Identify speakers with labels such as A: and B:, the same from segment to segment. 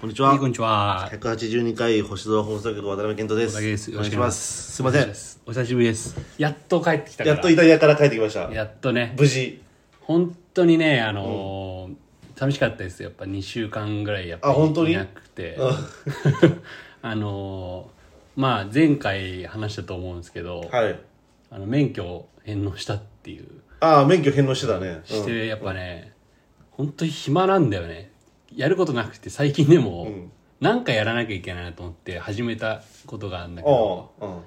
A: こんにちは。
B: こんにちは。
A: 182回星空放送局渡辺健人です。
B: 小田です
A: お願いします。すいません。
B: お久しぶりです。やっと帰ってきたから。
A: やっとイタリアから帰ってきました。
B: やっとね。
A: 無事。
B: 本当にね、あのー寂しかったですよ。やっぱ2週間ぐらいやっぱ
A: あ本当に
B: いなくて。 あのーまあ前回話したと思うんですけど、
A: はい。
B: あの免許を返納したっていう。
A: ああ、免許返納してたね。うん
B: して、やっぱね、本当に暇なんだよね。やることなくて最近でも、なんかやらなきゃいけないなと思って始めたことがあるんだけど、
A: ああ、うん。あ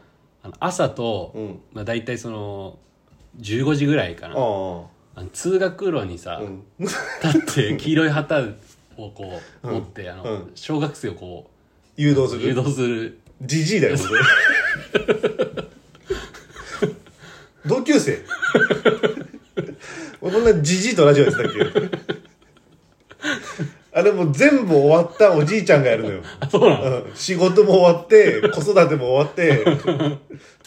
B: あの朝と、
A: うん
B: まあ、大体その15時ぐらいかな
A: あ。
B: あの通学路にさ、
A: ん
B: 立って黄色い旗をこう持って、あの
A: うん
B: 小学生をこ
A: 誘導す
B: う誘
A: る。
B: 導する
A: じじいだよ、それ 同級生。 こんなじじいとラジオやってたっけ あれもう全部終わったおじいちゃんがやるのよ。
B: あそうなの、
A: うん仕事も終わって子育ても終わって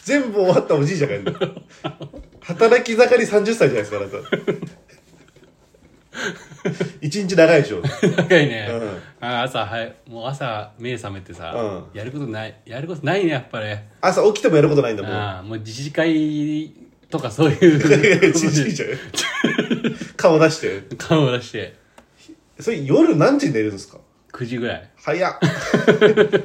A: 全部終わったおじいちゃんがいる働き盛り30歳じゃないですかあなた一日長いでしょ
B: 長いね、
A: う
B: あ朝はいもう朝目覚めてさ、
A: う
B: やることないやることないねやっぱね、
A: 朝起きてもやることないんだもん
B: ああもう自治会とかそ ういう
A: 一日じゃん顔出して
B: 顔を出して
A: それ夜何時に寝るんですか
B: 9時ぐらい
A: 早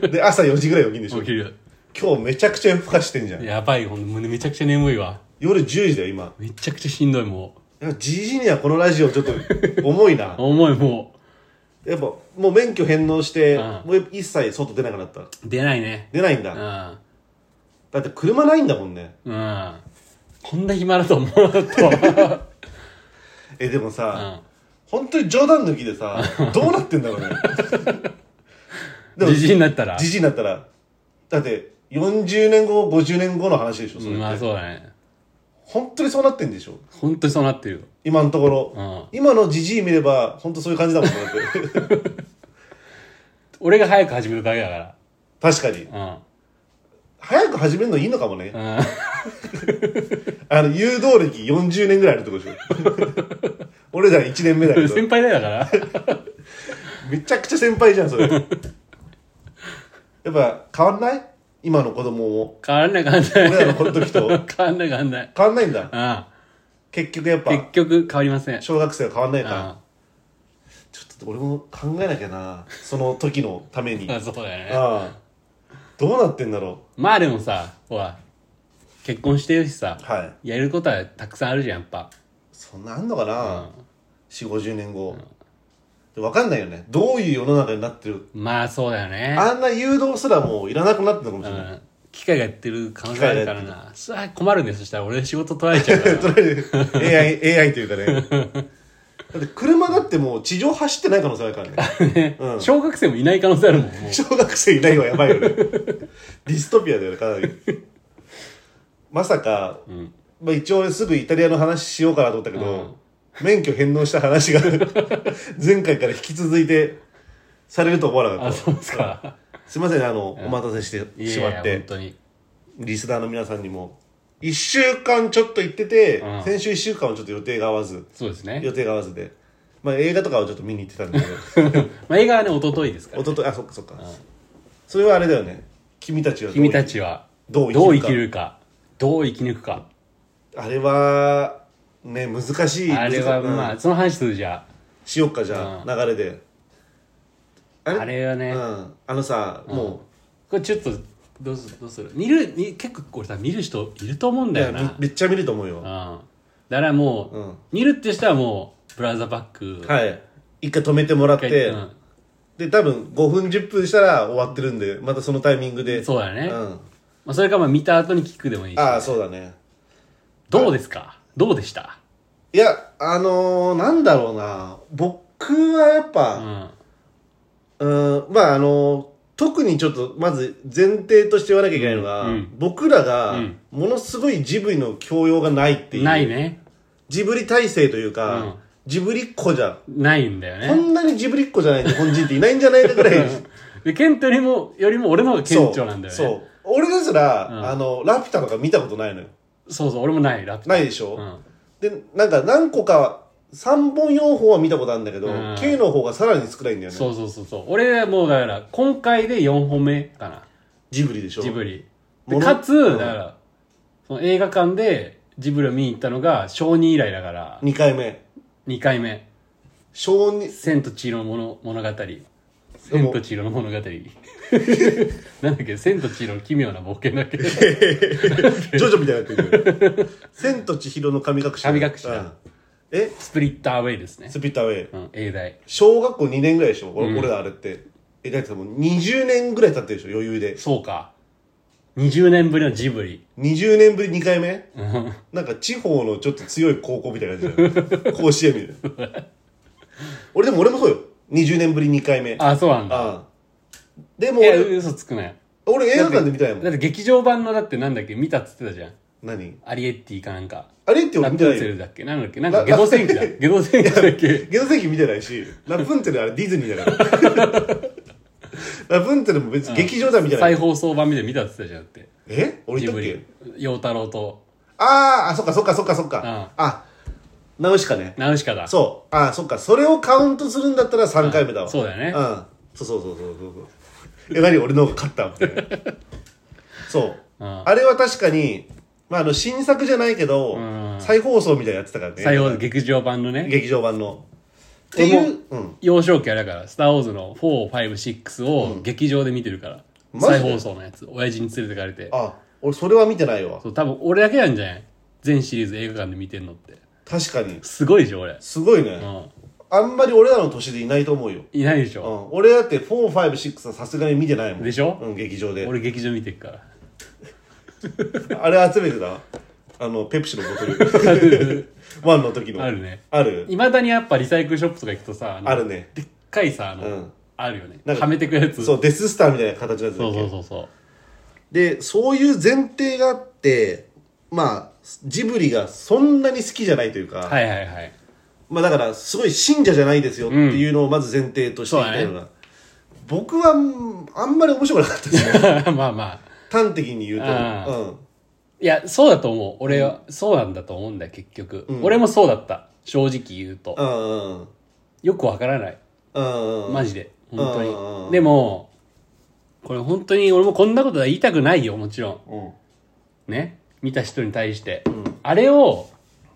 A: っで朝4時ぐらい起きるんでし
B: 起
A: ょ
B: きる
A: 今日めちゃくちゃ夜更かしてんじゃん
B: やばいほんと胸めちゃくちゃ眠いわ
A: 夜10時だよ今
B: めちゃくちゃしんどいもう
A: やっぱじじいにはこのラジオちょっと重いな
B: 重いも
A: やっぱもう免許返納して、
B: うん
A: もう一切外出なくなった
B: う出ないね
A: 出ないんだ、
B: うん
A: だって車ないんだもんね
B: うんこんな暇だと思わなかったわ
A: えでもさ、
B: う
A: 本当に冗談抜きでさどうなってんだ ろうねでも
B: んじじいになったら
A: じじいになったらだって40年後50年後の話でしょそれって、
B: まあそうだね
A: 本当にそうなってんでしょ
B: 本当にそうなってるよ
A: 今のところ、
B: うん
A: 今のじじい見れば本当そういう感じだもんねだって
B: 俺が早く始めるだけだか
A: 確かに
B: ら
A: 早く始めるのいいのかもね、
B: うんうん
A: あの誘導歴40年ぐらいあるってことでしょ 俺ら1年目だけど
B: 先輩だよだから
A: めちゃくちゃ先輩じゃんそれやっぱ変わんない今の子供も
B: 変わんない変わんない
A: 俺らのこの時と
B: 変わんない変わんない
A: 変わんないんだ結局やっ
B: うん
A: ぱ
B: 結局変わりません
A: 小学生は変わんないか
B: あ
A: ちょっと俺も考えなきゃなその時のために
B: あ
A: あ
B: そうだよね
A: あどうなってんだろ
B: まあでもさほら結婚してるしさ
A: うはい
B: やることはたくさんあるじゃんやっぱ
A: そんなあんのか
B: う
A: なん4 5 0年後でわかんないよねどういう世の中になってる
B: まあそうだよね
A: あんな誘導すらもういらなくなってるかもし
B: う
A: れない
B: ん機械がやってる可能性あるからな。さあ困るね。そしたら俺仕事取られちゃうから。
A: とりあえず AI, AI というかねだって車だってもう地上走ってない可能性あるからねうん
B: 小学生もいない可能性ある もん。もう
A: 小学生いないはやばいよねディストピアだよねかなりまさか、まあ、一応俺すぐイタリアの話しようかなと思ったけど、免許返納した話 が前回から引き続いてされると思わなか
B: あ、
A: った
B: そうですか。
A: すいませんあの、お待たせして
B: いや
A: し
B: い
A: ま
B: や、
A: っ
B: 本
A: て
B: 当に。
A: リスナーの皆さんにも1週間ちょっと行ってて、
B: うん
A: 先週1週間はちょっと予定が合わず、
B: そうですね
A: 予。定が合わせて、まあ、映画とかをちょっと見に行ってたんだけど
B: まあ映画はね、一昨日ですから
A: 一。昨日あそっかそっか、それはあれだよね君たちはどう
B: 君たちは、
A: ど
B: ど
A: う
B: う
A: 生
B: 生
A: き
B: き
A: る
B: るか、どう生き抜くか。
A: あれはね難しい
B: あれは、
A: 難しい
B: ま
A: うん
B: あ、その話するじゃ
A: しよっかじゃあ、流れであ
B: あれはね
A: う、ん、あのさ、も
B: これちょっと、どうする、どうする。見る、見結構これさ、見る人いると思うん
A: うい
B: だ
A: や
B: よな。
A: めめっちゃ見ると思うよ、
B: うん。
A: は
B: だからもう、
A: うん
B: 見るって人はもう、ブラウザーバック、
A: い一回止めてもらっ
B: 一回
A: て、
B: うん
A: で多分5分10分したら終わってるんでまたそのタイミングで
B: そうだね
A: ん、
B: まあ、それかまあ見た後に聞くでもいいし。
A: ああそうだね
B: どうですかどうでした
A: いやあのー、なんだろうな僕はやっぱ、
B: うん。
A: うんまああの特にちょっとまず前提として言わなきゃいけないのが、
B: うん
A: 僕らが
B: うん
A: ものすごいジブリの教養がないっていう
B: ないね。
A: ジブリ体制というか、
B: うん
A: ジブリっ子じゃん、
B: ないんだよ
A: こ
B: ね。
A: んなにジブリっ子じゃない日本人っていないんじゃないかぐらい
B: で、ケントよりも、よりも俺の方が 顕著なんだよね。
A: そう
B: そ
A: そう俺ですら、
B: うん
A: あのラピュタとか見たことないのよ
B: うそう俺もない、ラピュタ
A: ないでしょ
B: うん。
A: でなんか何個か3本4本は見たことあるんだけど、
B: うん
A: K の方がさらに少ないんだよね
B: そうそうそうそう俺はもうだから今回で4本目かな
A: ジブリでしょ
B: ジブリ
A: も
B: で
A: の
B: かつ、
A: うん
B: だからその映画館でジブリを見に行ったのが小2以来だから
A: 2回目
B: 2回目
A: 小
B: 「
A: 2
B: 千と千尋の物物語」「千と千尋の物語」なんだっけ「千と千尋の奇妙な冒険」 だっけ
A: ジョジョみたいになってるけど千と千尋の神隠し
B: 神隠しだ
A: うんえ
B: スプリッターウェイですね、
A: スピッターウェイ
B: うん、英大
A: 小学校2年ぐらいでしょ俺,、らあれってえだってもう20年ぐらい経ってるでしょ余裕で
B: そうか20年ぶりのジブリ
A: 20年ぶり2回目
B: うん
A: なんか地方のちょっと強い高校みたいな感じだよ甲子園みたいな俺でも俺もそうよ20年ぶり2回目あ
B: あそうなんだ
A: あでも
B: いや
A: 俺
B: 嘘つくなよ
A: 俺映画館で見たい
B: だ
A: も
B: っ
A: ん
B: て劇場版のだってなんだっけ見たっつってたじゃん
A: 何
B: アリエッティかなんか
A: あれって俺
B: ラプ
A: 見てな
B: ン
A: い
B: ツェ
A: よ
B: ルだっけなんだっけなんかゲド戦記だゲド戦記だっけ
A: ゲノ戦記見てないしラプンツェルあれディズニーだから ラプンツェルも別に劇場では見てな
B: 再
A: い
B: 放送版みたいに見たって言ってたじゃんだって
A: え俺
B: ジ
A: 言ったっ
B: ブリ
A: け
B: 陽太郎と
A: あーあそっかそっかそっかそっかあナウシカね
B: ナウシカだ
A: そうあーそっかそれをカウントするんだったら3回目だわ、
B: うんそうだよ
A: う
B: ね
A: んそうそうそうそうそうそうえ何俺の方が勝ったみたいなそう、
B: うん
A: あれは確かに、まあ、あの新作じゃないけど、
B: うん
A: 再放送みたいなのやってたからね
B: 再放送劇場版のね
A: 劇場版のっていう、
B: 俺
A: うん、
B: 幼少期あれだから「スター・ウォーズ」の456を劇場で見てるから、
A: マジ
B: 再
A: で
B: 放送のやつ親父に連れてかれて
A: あ俺それは見てないわ
B: そう多分俺だけなんじゃない全シリーズ映画館で見てんのって
A: 確かに
B: すごいでしょ俺、
A: すごいうね、
B: ん、
A: あんまり俺らの年でいないと思うよ、
B: いないでし
A: う
B: ょ、
A: ん、俺だって456はさすがに見てないもん
B: でしょ
A: うん、劇場で
B: 俺劇場見てるから
A: あれ集めてたあの、ペプシのボトル。 ワンの時の。
B: あるね
A: ある
B: いまだにやっぱリサイクルショップとか行くとさあの
A: あるね。
B: でっかいさあの、
A: うん
B: あるよね
A: なんか
B: はめてくやつ
A: そう、デススターみたいな形のやつだ
B: そ
A: っ
B: う
A: け
B: そうそうそう
A: で、そういう前提があって、まあ、ジブリがそんなに好きじゃないというか、
B: はいはいはい
A: まあだから、すごい信者じゃないですよっていうのをまず前提としていきたいのが、僕はうんあんまり面白くなかったですね。
B: まあまあ
A: 端的に言う
B: あ
A: と。うん。
B: いやそうだと思う俺は、そうなんだと思うんだよ結局、
A: うん
B: 俺もそうだった正直言うと、
A: うんうん。
B: よくわからない
A: うんうん。
B: マジで本
A: うんうん
B: 当
A: う
B: に
A: ん
B: でもこれ本当に俺もこんなことは言いたくないよもちろ
A: う
B: ん
A: ん。
B: ね見た人に対して、
A: ん
B: あれを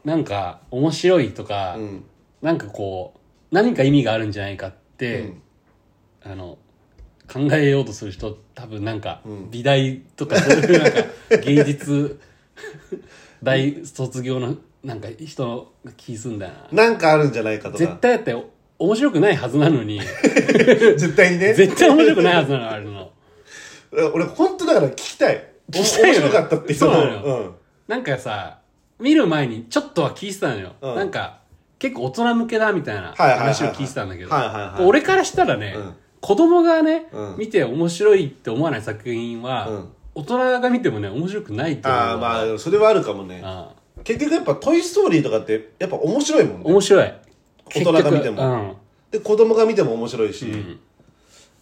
B: なんか面白いとか、
A: うん。
B: なんかこう何か意味があるんじゃないかっ
A: う
B: て、
A: ん。
B: あの考えようとする人多分なんか
A: うん
B: 美大と かそういうなんか芸術大卒業のなんか人の気すんだよな
A: なんかあるんじゃないかと
B: 絶
A: か。
B: 対だって面白くないはずな のに
A: 絶対にね。
B: 絶対面白くないはずなのあれの
A: 俺本当だから聞きたい
B: 聞きたいよね
A: 面白かったってい
B: そうなの
A: よ、
B: なんかさ見る前にちょっとは聞いてたのよ、
A: うん
B: なんか結構大人向けだみたいな
A: はいはいはいはい
B: 話を聞いてたんだけど
A: はいはいはい
B: 俺からしたらね、
A: うん
B: 子供がね、
A: うん
B: 見て面白いって思わない作品は、
A: うん
B: 大人が見てもね面白くないと思う
A: ああまあそれはあるかもね
B: あ
A: 結局やっぱ「トイ・ストーリー」とかってやっぱ面白いもんね
B: 面白い
A: 大人が見てもで子供が見ても面白いし、
B: 結局うん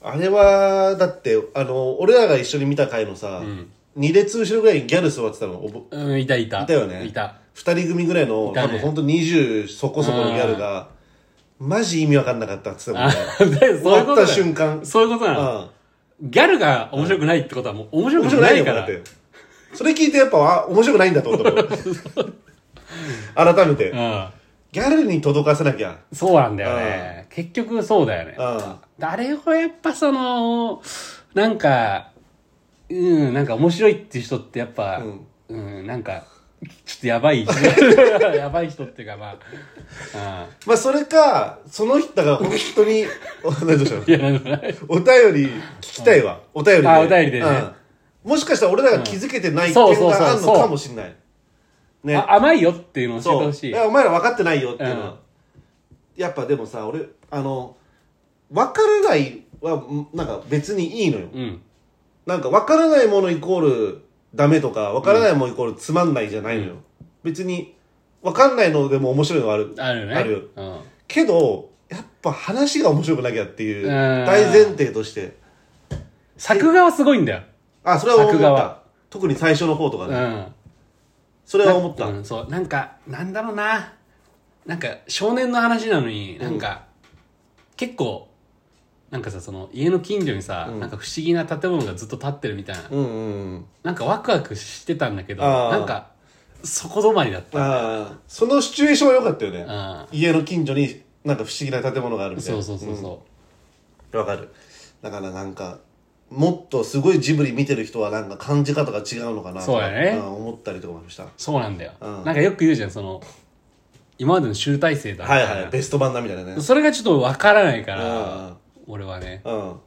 A: あれはだってあの俺らが一緒に見た回のさ、
B: ん
A: 二列後ろぐらいにギャル座ってたのおぼ
B: うん、うん、いたいた
A: いたよね
B: いた
A: 二人組ぐらいの
B: いた
A: 多
B: ね
A: 分本当二20そこそこのギャルがマジ意味わかんなかったっつってたもん
B: あ
A: ね
B: だからそうい
A: 終
B: うこ
A: わっ
B: と
A: た
B: だよ
A: 瞬間
B: そういうことなの
A: うん
B: ギャルが面白くないってことはもう面白
A: 面
B: く
A: 白くな
B: ないい
A: の
B: か
A: かな
B: ら
A: ってそれ聞いてやっぱあ面白くないんだと思ったもん改めてギャルに届かせなきゃ
B: うん、そうなんだよね結局そうだよね
A: うん
B: 誰をやっぱそのなんかうんなんか面白いっていう人ってやっぱ
A: うん、
B: うん、なんかちょっとやばい 人やばい人っていうかまあ、
A: まあそれかその人が本当に お何どうしたの
B: うん、いやなんかない
A: お便り聞きたいわお便りで
B: あお便りでね
A: うんもしかしたら俺らが気づけてない
B: う
A: 点
B: んそうそうそう
A: があるのかもしれないね
B: あ甘いよっていうのを教えて
A: そ
B: ほ
A: う
B: し
A: い
B: い
A: やお前ら分かってないよっていうの
B: うん
A: はやっぱでもさ俺あの分からないはうんなんか別にいいのよ
B: うん
A: なんか分からないものイコールダメとか分からないものイコールつまんないじゃないのよ、別に分かんないのでも面白いのはある
B: あるよね
A: ある
B: うん、
A: けどやっぱ話が面白くなきゃっていう
B: うん
A: 大前提として
B: 作画はすごいんだよ、
A: あそれは思っ
B: 作画は
A: た特に最初の方とか
B: う
A: ね、
B: ん、
A: それは思った、
B: うん、そうなんかなんだろうななんか少年の話なのになんか、結構なんかさその家の近所にさ、
A: うん
B: なんか不思議な建物がずっと建ってるみたいな、
A: うんうん
B: なんかワクワクしてたんだけど
A: あー
B: なんかそこ止まりだった
A: ああそのシチュエーションは良かったよね
B: あ
A: 家の近所になんか不思議な建物があるみたい
B: そ
A: な
B: うそうそうそ
A: う
B: う、
A: んわ、かるだからなんかもっとすごいジブリ見てる人はなんか感じ方が違うのかなとか
B: そうやね
A: ん思ったりとかもした
B: そうなんだよ、
A: うん
B: なんかよく言うじゃんその今までの集大成だみ
A: は
B: た
A: い
B: な
A: はいベスト版だみたいなね
B: それがちょっとわからないから、
A: う
B: 俺はね
A: んうん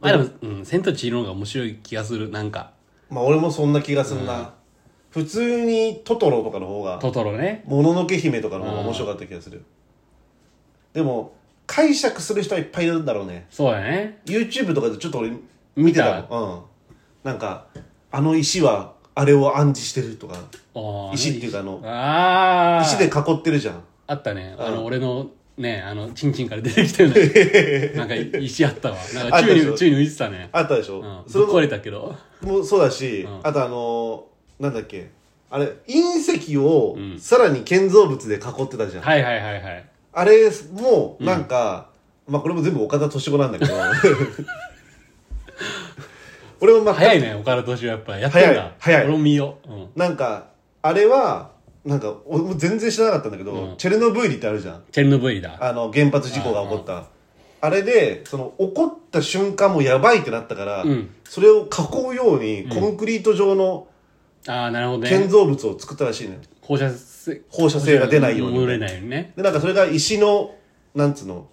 B: まあでも「うん、千と千尋」の方が面白い気がするなんか
A: まあ俺もそんな気がするな、普通にトトロとかの方
B: 「
A: が
B: トトロね
A: もののけ姫とかの方が面白かった気がするでも解釈する人はいっぱいいるんだろうね」
B: そうだね
A: YouTube とかでちょっと俺見てたのうんなんかあの石はあれを暗示してるとか
B: あー
A: 石っていうかあの
B: ああ
A: 石で囲ってるじゃん
B: あったねあ
A: う
B: の
A: ん
B: 俺のねあのチンチンから出てきたよ ねなんか石あったわなんか
A: あったでし
B: 宙に
A: ょ
B: 宙に浮いてたね
A: あったでしょ、
B: うん
A: そ
B: ぶっ
A: れ
B: 壊
A: も
B: れたけど
A: もうそうだし、
B: ん
A: あとあのーなんだっけあれ隕石を
B: ん
A: さらに建造物で囲ってたじゃん、
B: はいはいはいはい
A: あれもなんか、まあこれも全部岡田敏子なんだ けど俺もまあ
B: 早いね岡田斗司夫やっぱやってんだ
A: 早い早い
B: 俺も見よう、うん、
A: なんかあれはなんか俺も全然知らなかったんだけど、
B: うん
A: チェルノブイリってあるじゃん
B: チェルノブイリだ
A: あの原発事故が起こった、あれでその起こった瞬間もやばいってなったから、
B: うん
A: それを囲うようにコンクリート状の
B: ああなるほど
A: 建
B: ね
A: 造物を作ったらしいのよ、
B: 放射性
A: 放射性が出ないように
B: 漏れないようにね
A: でなんかそれが石のなんつうの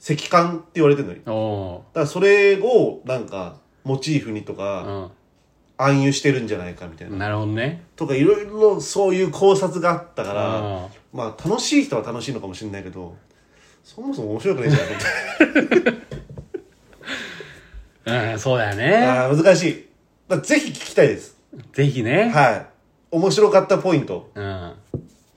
A: 石棺って言われてるのよだ
B: おお
A: からそれをなんかモチーフにと
B: ー
A: か暗喩してるんじゃないかみたいうな、
B: んなるほどね
A: とかいろいろそういう考察があったから、
B: あ
A: まあ楽しい人は楽しいのかもしれないけどそもそも面白くないじゃない
B: ーうんそうだよね
A: あー難しいだからぜひ聞きたいです
B: ぜひね、
A: はい面白かったポイント
B: うん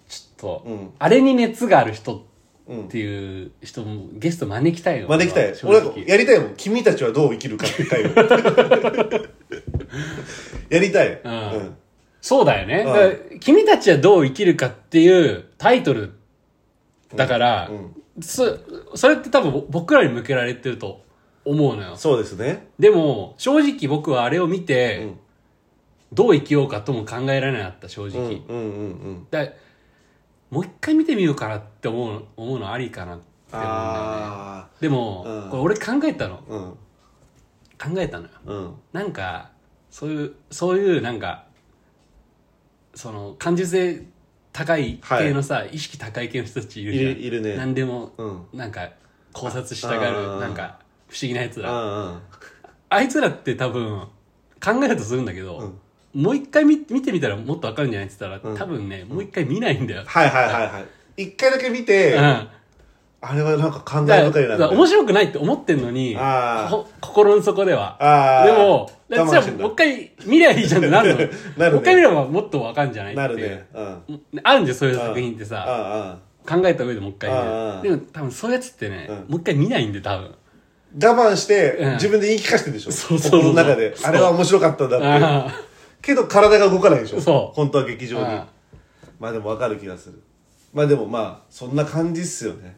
B: ちょっと、
A: うん
B: あれに熱がある人
A: う
B: っ
A: ん
B: ていう人もゲスト招きたいよ
A: まあできたよ
B: 正
A: 俺
B: 直
A: はやりたいもん君たちはどう生きるかって回を やりたい、うん
B: そうだよね、
A: ん
B: だから君たちはどう生きるかっていうタイトルだから、
A: うん
B: そそれって多分僕らに向けられてると思うのよ
A: そうですね
B: でも正直僕はあれを見て、
A: うん
B: どう生きようかとも考えられなかった正
A: うんうん
B: 直、
A: うんうん
B: だからもう一回見てみようかなって思うの思うのありかなって思うんだよね
A: あ
B: でも、
A: うん
B: これ俺考えたの
A: あうん
B: 考えたのよ
A: うん
B: なんかそういうそういうなんかその感受性高い系のさ、意識高い系の人たちいる
A: い
B: じゃん
A: るいるね
B: 何でも
A: うんうん
B: なんか考察したが
A: あ
B: る
A: ー
B: なんか不思議なやつ
A: う
B: らあ
A: ん
B: いつらって多分考えるとするんだけ
A: う
B: ど
A: ん、
B: もう一回見見てみたらもっとわかるんじゃないって言ったら、
A: うん
B: 多分ねもう一回見ないんだよ、
A: はいはいはいはい一回だけ見て、
B: うん
A: あれはなんか感
B: だ
A: 慨
B: か
A: 深い
B: ら
A: なみた
B: だから
A: いな
B: 面白くないって思ってんのに
A: あー
B: ほ心の底では
A: ああ
B: でもだ
A: 我慢
B: から
A: してんだ
B: もう一回見りゃいいじゃんってなるの
A: なるね
B: もう一回見ればもっとわかんじゃないってい
A: な
B: う
A: るねうん
B: あるんじゃんそういう作品ってさ
A: あ
B: 考えた上でもう一回
A: うんうん
B: 見るでも多分そういうやつってね、
A: うん
B: もう一回見ないんで多分
A: あ我慢して、
B: うん
A: 自分で言い聞かせてるでしょ
B: そうそうそう
A: 心の中であれは面白かったんだって
B: あ
A: けど体が動かないでしょ
B: そう
A: 本当は劇場に
B: あ
A: まあでも分かる気がするまあでもまあそんな感じっすよ ね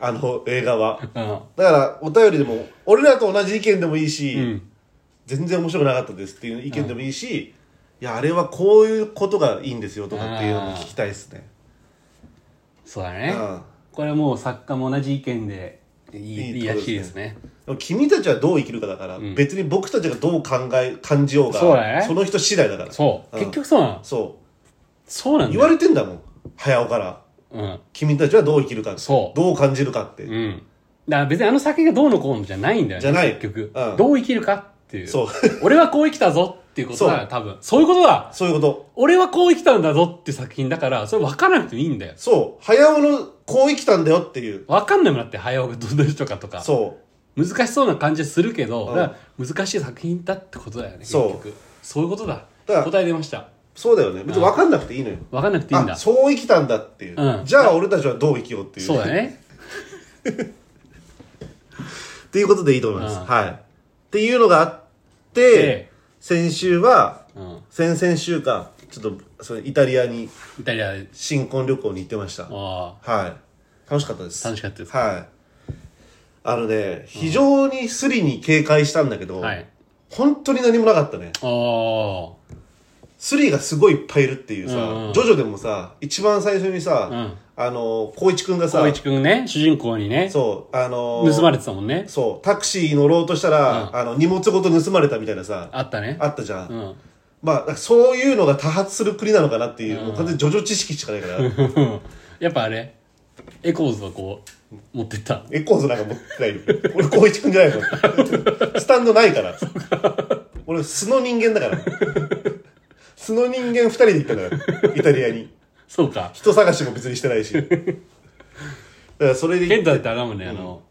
A: あの映画は
B: うん
A: だからお便りでも俺らと同じ意見でもいいし、
B: うん
A: 全然面白くなかったですっていう意見でもいいし、いやあれはこういうことがいいんですよとかっていうのも聞きたいですね
B: そうだね、
A: うん
B: これもう作家も同じ意見でいい
A: いい
B: いいらしいですね
A: でも君たちはどう生きるかだから、
B: ん
A: 別に僕たちがどう考え感じようが
B: そうだね
A: の人次第だから
B: そう、
A: うん
B: 結局そうなの
A: そう
B: そうなんだ
A: 言
B: よ
A: われてんだもん早尾から
B: うん
A: 君たちはどう生きるか
B: そう
A: どう感じるかって、
B: うんだから別にあの先がどうのこうのじゃないんだよね
A: じゃない
B: 結局、
A: うん
B: どう生きるかっていう
A: そう
B: 俺はこう生きたぞっていうこと
A: そ
B: が
A: う
B: 多分そういうことだ
A: そういうこと
B: 俺はこう生きたんだぞっていう作品だからそれ分からなくてもいいんだよ
A: そう早尾のこう生きたんだよっていう
B: 分かんなくなって早尾がどんな人かとか
A: そ
B: 難しそうな感じはするけど、
A: うん
B: だから難しい作品だってことだよね結
A: そう
B: 局そういうことだ
A: から
B: 答え出ました
A: うそうだよね別に分かんなくていいのよ
B: 分かんなくていいんだ
A: あそう生きたんだっていう、
B: うん
A: じゃあ俺たちはどう生きようっていう
B: そうだね
A: っていうことでいいと思います、
B: うん
A: はいっていうのがあって、
B: で
A: 先週は
B: うん
A: 先々週かちょっとそれイタリアに
B: イタリアで
A: 新婚旅行に行ってました
B: あ
A: はい楽しかったです
B: あ楽しかったです
A: はいあのね非常にスリに警戒したんだけど、
B: はい
A: 本当に何もなかったね
B: ああ
A: スリがすごいいっぱいいるっていうさ、
B: うんうん
A: ジョジョでもさ一番最初にさ、
B: うん
A: あの光一くんがさ
B: 光一くんね主人公にね
A: そうあの
B: 盗まれてたもんね
A: そうタクシー乗ろうとしたら、
B: うん
A: あの荷物ごと盗まれたみたいなさ
B: あったね
A: あったじゃん、
B: うん
A: まあなんかそういうのが多発する国なのかなっていう、もう完全にジョジョ知識しかないから
B: やっぱあれエコーズはこう持ってった
A: エコーズなんか持ってないよ俺光一くんじゃないのスタンドないから俺素の人間だから素の人間二人で行ったのよイタリアに
B: そうか
A: 人探しも別にしてないしだからそれで
B: ケン
A: 行
B: タ
A: っ
B: だっててあれだもんね、あの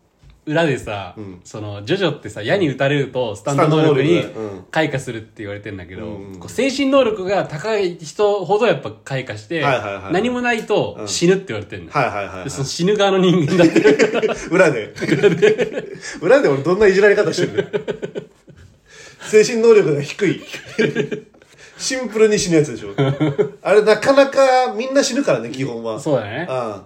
B: 裏でさ、そのジョジョってさ矢に打たれるとスタン
A: ス
B: ド
A: タンド
B: 能
A: 能
B: 力
A: 力
B: に
A: うん
B: 開花するって言われてんだけど、こう精神能力が高い人ほどやっぱ開花して、
A: はいはいはい
B: 何もないと死ぬって言われてんの、
A: はいはいはい、はい
B: で、その死ぬ側の人間だって
A: 裏で裏で俺どんないじられ方してるの精神能力が低いシンプルに死ぬやつでしょあれなかなかみんな死ぬからね基本は
B: そうだね
A: あ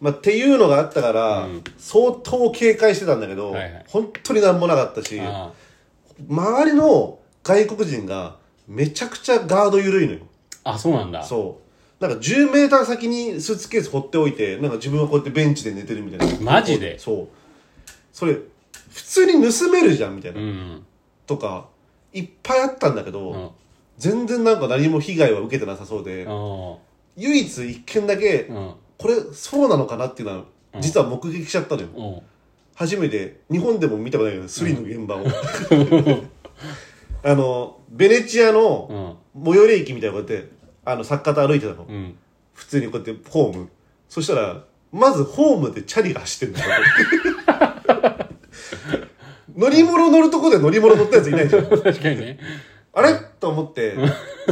A: まあ、っていうのがあったから、相当警戒してたんだけど、
B: はいはい
A: 本当になんもなかったし、
B: あ
A: 周りの外国人がめちゃくちゃガード緩いのよ
B: あそうなんだ
A: そうなんか10メーター先にスーツケース放っておいてなんか自分はこうやってベンチで寝てるみたいな
B: マジで
A: そうそれ普通に盗めるじゃんみたいな、
B: うん
A: とかいっぱいあったんだけど、
B: うん
A: 全然なんか何も被害は受けてなさそうで、
B: うん
A: 唯一一件だけ、
B: うん
A: これそうなのかなっていうのは実は目撃しちゃったのよ、
B: うん
A: 初めて日本でも見たことないけどスリの現場を、あのベネチア
B: う
A: の
B: ん
A: 最寄り駅みたいなこうやってあの作家と歩いてたの、
B: うん
A: 普通にこうやってホームそしたらまずホームでチャリが走ってんだよ乗り物乗るとこで乗り物乗ったやついないじゃん
B: 確かにね
A: あれと思って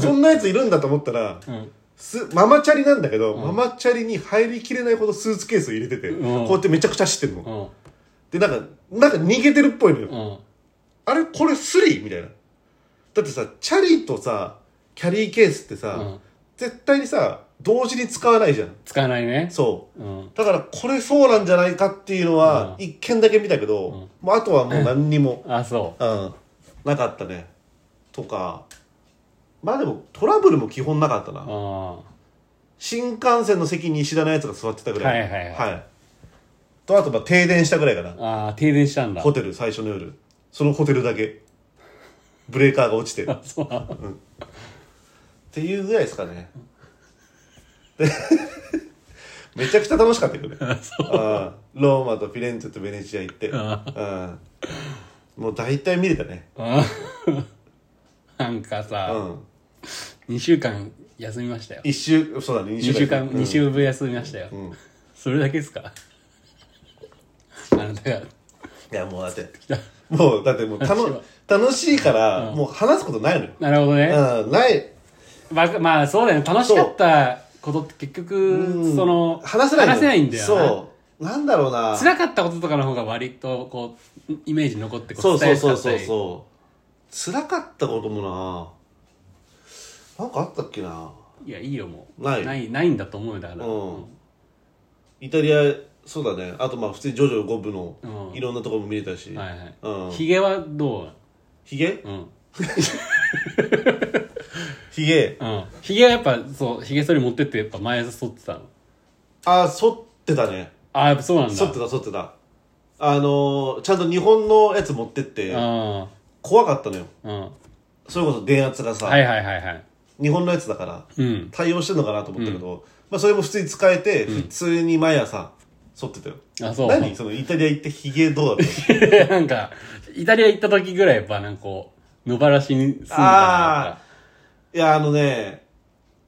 A: そんなやついるんだと思ったら、
B: ん
A: すママチャリなんだけど、ママチャリに入りきれないほどスーツケースを入れてて、
B: うん
A: こうやってめちゃくちゃ走ってんの、
B: うん
A: でなんかなんか逃げてるっぽいのよ、
B: うん
A: あれこれスリーみたいなだってさチャリとさキャリーケースってさ、
B: うん
A: 絶対にさ同時に使わないじゃん
B: 使わないね
A: そう
B: うん
A: だからこれそうなんじゃないかっていうのは一件だけ見たけど、もうあとはもう何にも、
B: あそ
A: うん、なかったねとかまあでもトラブルも基本なかった
B: う
A: な
B: あ
A: 新幹線の席に石田のやつが座ってたぐらい
B: はいはい
A: はい、とあとまあ停電したぐらいかな
B: あー停電したんだ
A: ホテル最初の夜そのホテルだけブレーカーが落ちて るっ
B: あそう
A: ていうぐらいですかねで めちゃくちゃ楽しかったけどね ああローマとフィレンツェとベネチア行って
B: あ
A: うんもう大体見れたね
B: あ なんか
A: う
B: さ、
A: ん
B: 二2週間休みましたよ
A: 一週そうだね
B: 2週間
A: うん
B: 2週分休みましたよ、
A: ん
B: それだけですかあなたが
A: いやもうだってもうだってもう楽楽しいからもう話すことないのよ
B: なるほどね、
A: うんない
B: まあまあそうだよね楽しかったことって結
A: う
B: 局
A: ん
B: その
A: 話せないの
B: 話せないんだよな
A: そうなんだろうな
B: 辛かったこととかの方が割とこうイメージ残ってこ
A: そう
B: 伝え
A: そう
B: やす
A: そうそ
B: かった
A: う
B: り
A: そう辛かったこともななんかあったっけない
B: やいいよもう
A: ない
B: ないないんだと思うよだから、
A: うんイタリアそうだねあとまあ普通にジョジョ5部の
B: うん
A: いろんなところも見れたし、
B: はいはい、
A: うん
B: ヒゲはど
A: ひげ
B: ううん
A: ひげ
B: うんヒゲはやっぱそうヒゲ剃り持ってってやっぱ前剃ってたの
A: ああ剃ってたね
B: ああやっぱそうなんだ
A: 剃ってた剃ってたあのーちゃんと日本のやつ持ってって
B: あ
A: 怖かったのよ
B: あうん
A: それこそ電圧がさ、
B: はいはいはいはい
A: 日本のやつだから
B: うん
A: 対応してんのかなと思ったけど、まあ、それも普通に使えて普通に毎朝剃ってたよ、
B: あそう
A: 何そのイタリア行ってひげどうだった
B: なんかイタリア行った時ぐらいやっぱなんかこう野放しにすんのか
A: ああいやあのね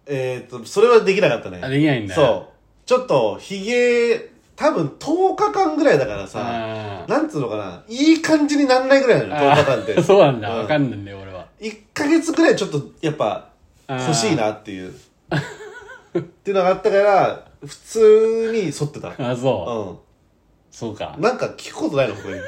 A: えっとそれはできなかったね
B: あできないんだ
A: そうちょっとひげ多分10日間ぐらいだから
B: な
A: さ
B: あ
A: なんつうのかないい感じになんないぐらいなのよ10日間っ
B: ー
A: て
B: そうなんだ
A: うん
B: わかんないんだよ俺は
A: 1ヶ月ぐらいちょっとやっぱ
B: あー
A: 欲しいなって いうっていうのがあったから普通に剃 ってた
B: あそう
A: う
B: そうか
A: んなんか聞くことないのこれ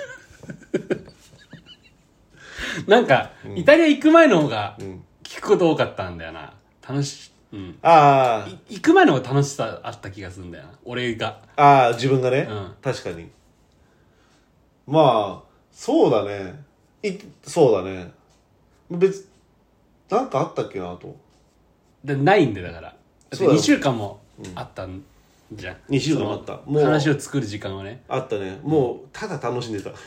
B: なんかイタリア行く前の方が
A: ん
B: 聞くこと多かったんだよな楽し、うん。
A: あ
B: い行く前の方が楽しさあった気がするんだよな。俺が。
A: あああ自分がね、
B: うん
A: 確かにまあそうだねいそうだね別なんかあったっけなと
B: でないんで、だから。だって
A: そうだ
B: 2
A: よ
B: 週間もあったんじゃん。
A: 2週間もあった
B: その
A: も
B: 話
A: う
B: を作る時間 はね。
A: あったねもうただ楽しんでた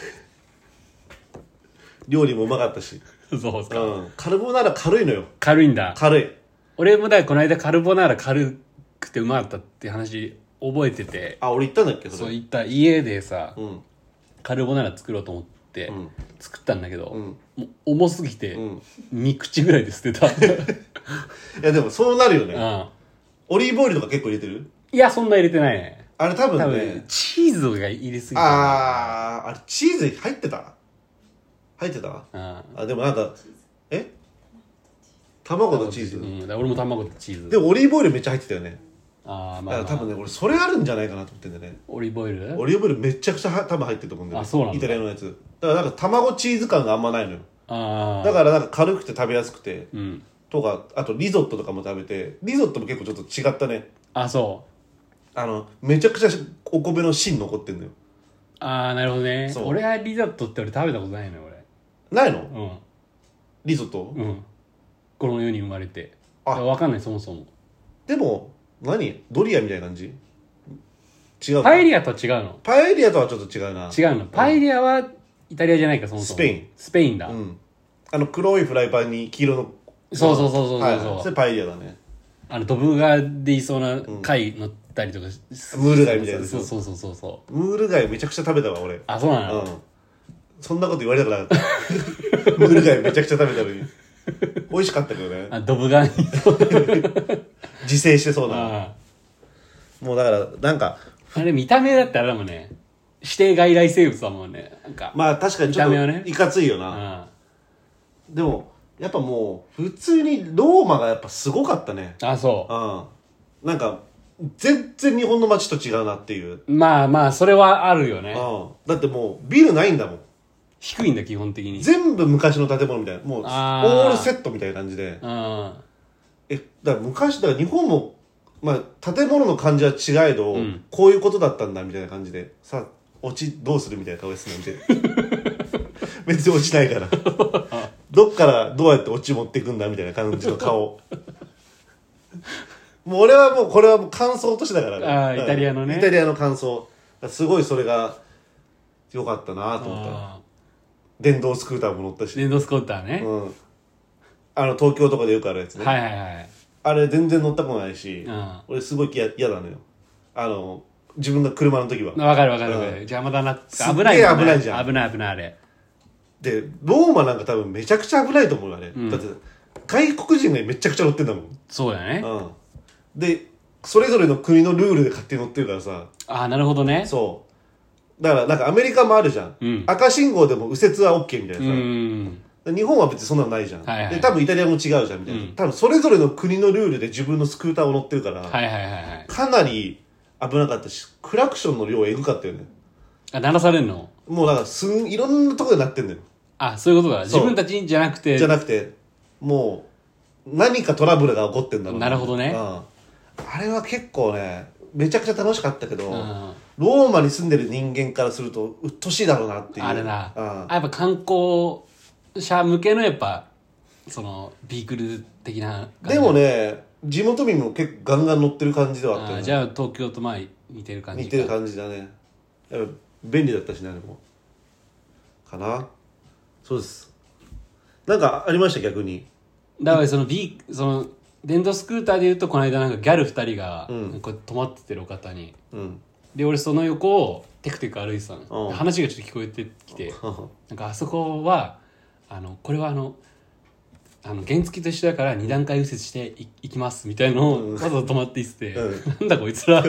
A: 料理もうまかったし、
B: そうそう
A: う
B: か。
A: ん、カルボナーラ軽いのよ
B: 軽いんだ。
A: 軽い
B: 俺もだからこの間カルボナーラ軽くてうまかったって話覚えてて、
A: あ俺行ったんだっけそ
B: そう
A: れ
B: 言った家でさ、
A: うん
B: カルボナーラ作ろうと思って
A: ん
B: 作ったんだけど、
A: ん
B: もう重すぎて
A: うん
B: 2口ぐらいで捨 てた、
A: いやでもそうなるよね、
B: うん、
A: オリーブオイルとか結構入れてる
B: いやそんな入れてないね
A: あれ多分ね
B: 多分チーズが入れすぎた
A: あああれチーズ入ってた入ってた
B: あ
A: あでもなんかえ卵とチーズ、
B: うん、だから俺も卵とチーズ
A: でもオリーブオイルめっちゃ入ってたよね
B: ああ
A: だ
B: ま
A: か
B: あ、
A: ら
B: まあ
A: 多分ね俺それあるんじゃないかなと思ってんだよね
B: オリーブオイル
A: オリーブオイルめちゃくちゃは多分入ってると思うんだよ、ね、
B: あそうなんだ
A: イタリアのやつだからなんか卵チーズ感があんまないのよ
B: ああ
A: だからなんか軽くて食べやすくて
B: うん
A: とかあとリゾットとかも食べてリゾットも結構ちょっと違ったね
B: あそう
A: あのめちゃくちゃお米の芯残ってんのよ
B: ああなるほどね
A: そう
B: 俺はリゾットって俺食べたことないのよ
A: ないの
B: 俺うん
A: リゾット、
B: うん、この世に生まれて
A: あ
B: 分かんないそもそも
A: でも何ドリアみたいな感じ違うか
B: パエリアとは違うの
A: パエリアとはちょっと違うな
B: 違うのパエリアはイタリアじゃないかそもそ
A: ス
B: も
A: ペイン
B: スペインだ、
A: うん、あの黒いフライパンに黄色の
B: そうそうそうそうそう
A: はいはいそれパエリアだね
B: あのドブ川でいそうな貝乗ったりとかし、
A: ムール貝みたいなやつ
B: そうそうそうそうそう
A: ムール貝めちゃくちゃ食べたわ俺うん
B: あそうなの、
A: そんなこと言われたくなかった ムール貝めちゃくちゃ食べたのに美味しかったけどね
B: あドブ川にそう
A: 自生してそうな
B: あ
A: もうだからなんか
B: あれ見た目だってあれだもんね指定外来生物だもんねなんか、
A: まあ確かにちょっ
B: 見た目はね
A: といかついよな、
B: あ
A: でもやっぱもう普通にローマがやっぱすごかったね
B: あそう
A: うんなんか全然日本の街と違うなっていう、
B: まあまあそれはあるよ
A: う
B: ね
A: ん、だってもうビルないんだもん
B: 低いんだ基本的に
A: 全部昔の建物みたいなもうオ
B: あー
A: ールセットみたいな感じで
B: うん
A: えだから昔だから日本も、まあ、建物の感じは違えど、
B: うん
A: こういうことだったんだみたいな感じでさ落ちどうするみたいな顔ですなん で別に落ちないからどっからどうやって落ち持っていくんだみたいな感じの 顔もう俺はもうこれはもう感想としてだから
B: あー
A: うん
B: イタリアのね
A: イタリアの感想すごいそれが良かったなと思った
B: あ
A: 電動スクーターも乗ったし
B: ー電動スコーターね、
A: うん、あの東京とかでよくあるやつね、
B: はいはいはい
A: あれ全然乗ったことないし、
B: うん
A: 俺すごい嫌嫌なのよあの自分が車の時は、
B: わかるわかるわかる、
A: うん
B: 邪魔だなって
A: すっげえ
B: 危ないも
A: 危
B: んね
A: ないじゃん
B: 危ない危ないあれ
A: でローマなんか多分めちゃくちゃ危ないと思うよあれ、
B: ん
A: だって外国人がめちゃくちゃ乗ってんだもん、
B: そうだね、あ
A: うん、でそれぞれの国のルールで勝手に乗ってるからさ
B: あなるほどね
A: そうだからなんかアメリカもあるじゃん、
B: うん
A: 赤信号でも右折は OK みたいうなさ、
B: ん
A: 日本は別にそんなのないじゃん、
B: はいはい
A: で多分イタリアも違うじゃんみたいな、
B: うん
A: 多分それぞれの国のルールで自分のスクーターを乗ってるから、
B: はいはいはいはい
A: かなり危なかったしクラクションの量えぐかったよね
B: あ鳴らされるの
A: もうなんかすんいろんなとこで鳴ってんのよ
B: あそういうことだ
A: そ
B: 自
A: う
B: 分たちにじゃなくて
A: じゃなくてもう何かトラブルが起こってんだろう
B: なるほどね
A: うん、あれは結構ねめちゃくちゃ楽しかったけど、
B: うん
A: ローマに住んでる人間からすると鬱陶しいだろうなっていう
B: あれな、
A: うん
B: あやっぱ観光者向けのやっぱそのビークル的な感じ
A: でもね地元民も結構ガンガン乗ってる感じではあった
B: あ
A: よ
B: あ
A: ね
B: じゃあ東京とまあ似てる感じか
A: 似てる感じだねやっぱ便利だったしなでもかなそうですなんかありました逆に
B: だからそのビーその電動スクーターでいうとこの間なんかギャル2人がこう止まっててるお方に、
A: うん
B: で俺その横をテクテク歩いてたの、
A: うん
B: 話がちょっと聞こえてきて
A: は
B: なんかあそこはあのこれはあのあの原付と一緒だから2段階右折していいきますみたいのをわざと止まっていってて、
A: う
B: なんだこいつら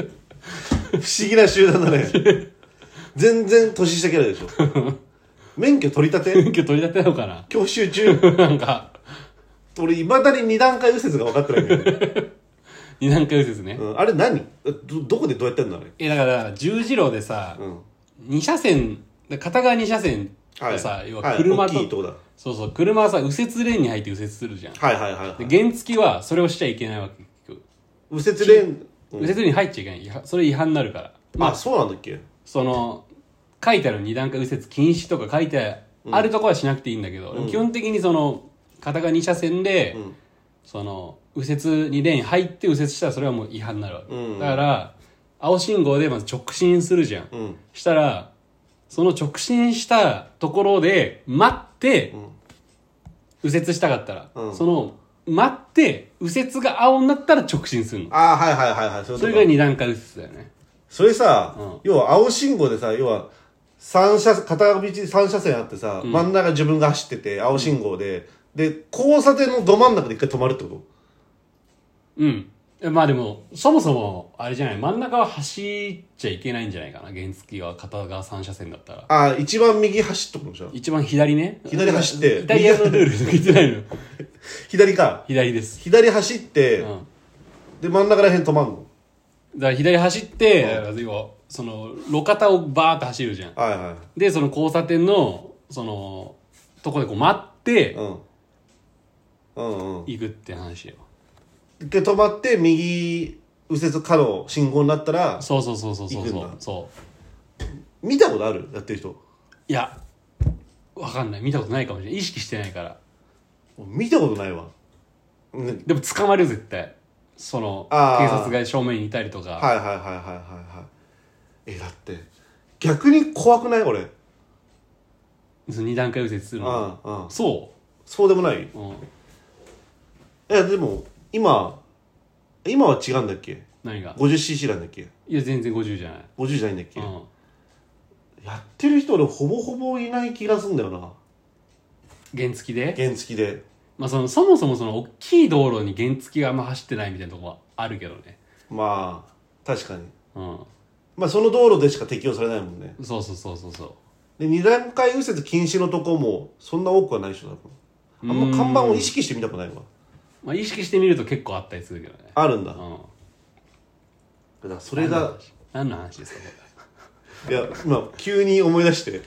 A: 不思議な集団だね全然年下キャラでしょ免許取り立て
B: 免許取り立てたのかな
A: 教習中
B: なんか
A: 俺いまだに二段階右折が分かってないんだけ
B: 2段階右折ね、
A: ど、うん、あれ何どどこでどうやってんのあれ
B: えだから十字路でさ、
A: うん
B: 二車線片側2車線がさ、
A: はい
B: 要は車と、
A: はい、大きいとこだ
B: そうそう車はさ右折レーンに入って右折するじゃん
A: はいはいはい、はい、
B: で原付はそれをしちゃいけないわけ結局
A: 右折レーン、うん
B: 右折レーンに入っちゃいけない違反それ違反になるからま
A: あ
B: あ
A: そうなんだっけ
B: その書いてある二段階右折禁止とか書いてあるとこはしなくていいんだけど、
A: うん
B: 基本的にその片側2車線で、
A: うん
B: その右折にレーン入って右折したらそれはもう違反になるわけ、
A: うん
B: だから青信号でまず直進するじゃん、
A: うん
B: したらその直進したところで待って、
A: ん
B: 右折したかったら、
A: うん
B: その待って右折が青になったら直進するの
A: ああはいはいはいはいそ
B: それ
A: とか
B: が二段階右折だよね
A: それさ、
B: うん
A: 要は青信号でさ要は三車片道3車線あってさ、真ん中自分が走ってて青信号で、で交差点のど真ん中で一回止まるってこ
B: うんまあでもそもそもあれじゃない真ん中は走っちゃいけないんじゃないかな原付は片側3車線だったら
A: とああ一番右走っとくのじゃん
B: 一番左ね
A: 左走って
B: イタリアのルール抜けてないの
A: 左か
B: 左です、
A: 左走って、
B: うん
A: で真ん中らへん止まんの
B: だから左走って、要はその路肩をバーって走るじゃん
A: はいは
B: でその交差点のそのとこでこう待って
A: いうんうんうん
B: 行くって話よ
A: 一回止まって右右折可の信号になったら
B: そうそうそうそうそう
A: 行
B: そ
A: くん
B: う
A: だ
B: そう
A: 見たことあるやってる人
B: いやわかんない見たことないかもしれない意識してないから
A: 見たことないわ、うん、
B: でも捕まるよ絶対その警
A: あー
B: 察が正面にいたりとか、
A: はいはいはいはいはいはいえだって逆に怖くない俺
B: その二段階右折する
A: う
B: の
A: んうん
B: そ、
A: そうでもないう
B: うん、
A: えでも今今は違うんだっけ
B: 何が
A: 50cc なんだっけ
B: いや全然50じゃない、
A: 50じゃないんだっけ、
B: うん、
A: やってる人俺ほぼほぼいない気がすんだよな
B: 原付で、
A: 原付で
B: まあ、そのそもそもその大きい道路に原付があんま走ってないみたいなとこはあるけどね
A: まあ確かに
B: う
A: まあその道路でしか適用されないもんね
B: んそうそうそうそうそう
A: で二段階右折禁止のとこもそんな多くはないでしょ多分あんま看板を意識してみたくないわ
B: まあ、意識してみると結構あったりするけどね。
A: あるんだ
B: うん。
A: だからそれが
B: 何の話ですか、こ
A: いや今急に思い出して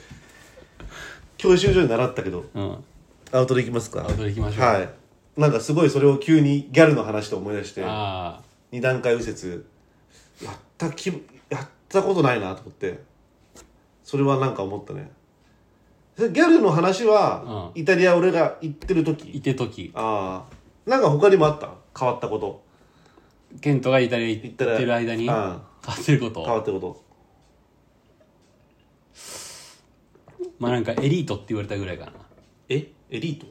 A: 教習所で習ったけど
B: れ。うん。
A: アウトで行きますか
B: アウトで行きましょう
A: はいなんかすごいそれを急にギャルの話と思い出して
B: ああ。
A: 二段階右折やったきやったことないなと思ってそれはなんか思ったねでギャルの話は、イタリア俺が行ってる時
B: いてとき、
A: ああなんか他にもあった変わったこと
B: ケントがイタリア行
A: 行
B: っ
A: ったら
B: てる間に、
A: うん、
B: 変わ
A: 変
B: ってること。
A: わったこと
B: まあなんかエリートって言われたぐらいかな。
A: えエリート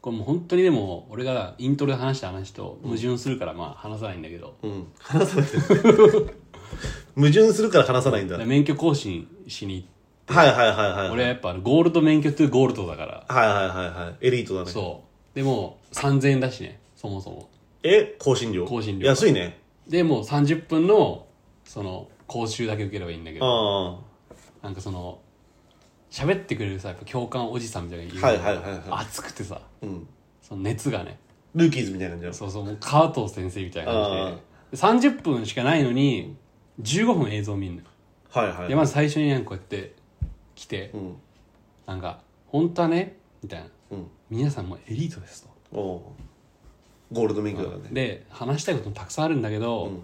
B: これもう本当にでも、俺がイントロで話した話と矛盾するから、まあ話さないんだけど、
A: うん話さないで矛盾するから話さないんだはい
B: 免許更新しに行って、
A: はいはいはいはい
B: 俺はやっぱあのゴールド免許トゥゴールドだから、
A: はいはいはいエリートだね
B: そう。でも、3000円だしね、そもそも。
A: え更新料
B: 更新料
A: 安いね
B: で、もう30分の、その、講習だけ受ければいいんだけど、
A: あ
B: なんかその喋ってくれるさやっぱ教官おじさんみたいなのが
A: はい
B: る
A: はいはいはい
B: 熱くてさ
A: あうん
B: その熱がね
A: ルーキーズみたいな感じだ
B: そうそうもう川藤先生みたいな
A: あ
B: 感じでで30分しかないのに15分映像見んのよ
A: はいはい
B: でまず最初になんかこうやって来て
A: うん
B: なんか「本当はね」みたいな
A: うん
B: 「皆さんもうエリートです」と。
A: おおうゴールド免許だからね
B: で話したいこともたくさんあるんだけど、
A: うん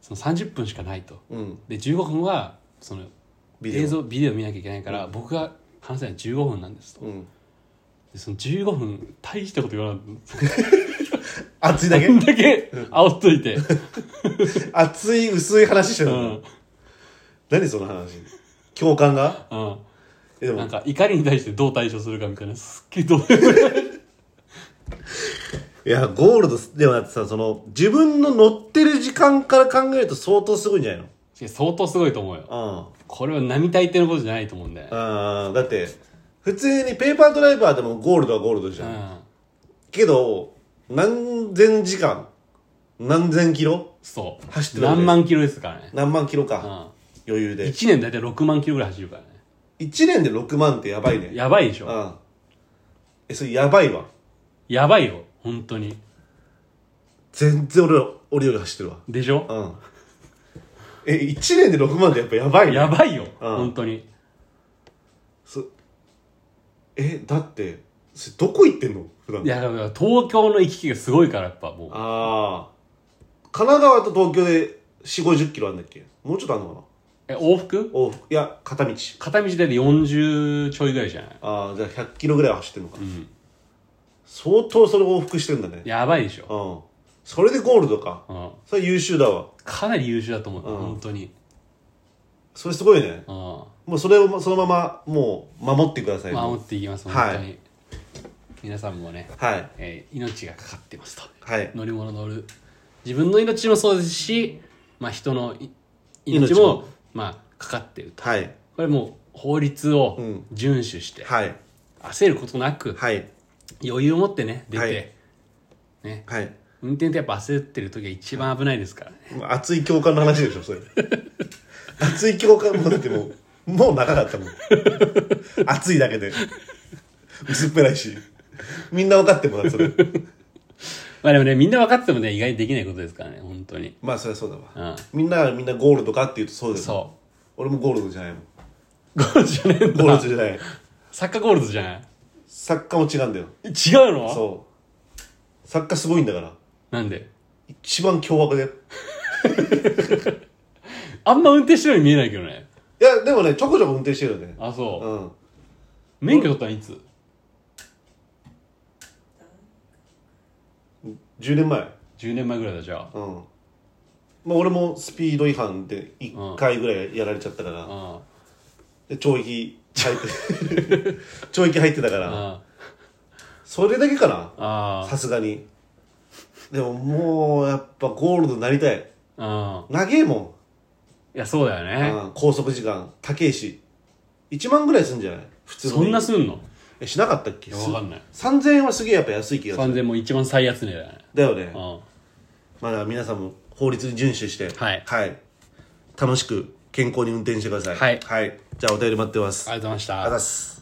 B: その30分しかないと
A: うん
B: で15分はその
A: ビデオ
B: 映像ビデオ見なきゃいけないから、僕が話せないのは15分なんですと、
A: うん
B: でその15分大したこと言わなかった
A: 熱いだけ
B: こんだけ煽っといて、
A: 熱い薄い話して
B: う
A: るの、
B: ん
A: 何その話共感が
B: う
A: えで
B: ん、なん
A: も
B: か怒りに対してどう対処するかみたいなすっげえどう
A: いやゴールドではだってさその自分の乗ってる時間から考えると相当すごいんじゃないの
B: 相当すごいと思うよ
A: うん
B: これは並大抵のことじゃないと思うんだよね
A: あーだって普通にペーパードライバーでもゴールドはゴールドじ
B: う
A: ゃん、
B: ん
A: けど何千時間何千キロ
B: そう
A: 走ってるよね
B: 何万キロですからね、
A: 何万キロ
B: う
A: か、
B: ん、
A: 余裕で
B: 1年大体6万キロぐらい走るからね
A: 1年で6万ってやばいね
B: やばいでし
A: う
B: ょ
A: んえそれやばいわ
B: やばいよ本当に
A: 全然俺ら俺より走ってるわ
B: でしょ
A: うんえ1年で6万ってやっぱやばいね
B: やばいよ
A: うん
B: 本当に
A: そえだってそれどこ行ってんの普段
B: いやでも東京の行き来がすごいからやっぱもう
A: ああ神奈川と東京で4 5 0キロあるんだっけもうちょっとあるのかな
B: え往復
A: 往復いや片道
B: 片道で40ちょいぐらいじゃない
A: ああじゃあ100キロぐらいは走ってるのか、相当それ往復してるんだね
B: やばいでしょ、
A: うんそれでゴールドか
B: うん、
A: それ優秀だわ
B: かなり優秀だと思う、本当に、
A: それすごいね
B: うん、
A: もうそれをそのままもう守ってくださいは
B: 守っていきます
A: はい
B: 本当に、皆さんもね、
A: い
B: えー命がかかってますと
A: はい
B: 乗り物乗る自分の命もそうですし、まあ、人のい命も
A: 命も
B: まあ、かかってると
A: はい
B: これもう法律を
A: うん
B: 遵守して、
A: はい
B: 焦ることなく
A: はい
B: 余裕を持ってね出て、
A: はい
B: ね、
A: はい
B: 運転ってやっぱ焦ってる時が一番危ないですからね、
A: 熱い共感の話でしょそ れ熱い共感もだってもうもう長かったもん熱いだけで薄っぺらいしみんな分かってもらそれ
B: まあでもねみんな分かっててもね意外にできないことですからね本当に
A: まあそりゃそうだ
B: う
A: わ
B: ん
A: みんながみんなゴールドかっていうとそうです
B: そ
A: 俺もゴールドじゃないもん
B: うゴールドじゃねえん
A: ゴール
B: だ
A: ドじゃない
B: サッカーゴールドじゃない
A: 作家も違うんだよ
B: 違うの
A: そう作家すごいんだから
B: なんで
A: 一番凶悪だよ
B: あんま運転してるように見えないけどね
A: いやでもねちょこちょこ運転してるよね
B: あそう
A: う、ん
B: 免許取ったのいつ
A: 10年前
B: 10年前ぐらいだじゃ
A: うんまあ俺もスピード違反で1回ぐらいやられちゃったから、
B: あうん
A: で懲役入って 懲役入ってたから
B: あ
A: それだけかな
B: あ
A: さすがにでももうやっぱゴールドになりたい
B: あ
A: 長えも
B: いやそうだ
A: ん、
B: よね
A: うん、拘束時間高えし1万ぐらいすんじゃない普通の
B: そんなすんの
A: えしなかったっけ
B: いやわかんない
A: す3000円はすげえやっぱ安い気がする
B: 3000も一番最安値だよね
A: だよね
B: うん
A: まだ皆さんも法律に遵守して
B: はい
A: 楽しく健康に運転してください
B: はい
A: じゃあお便り待ってます
B: ありがとうございました
A: ありがとうございます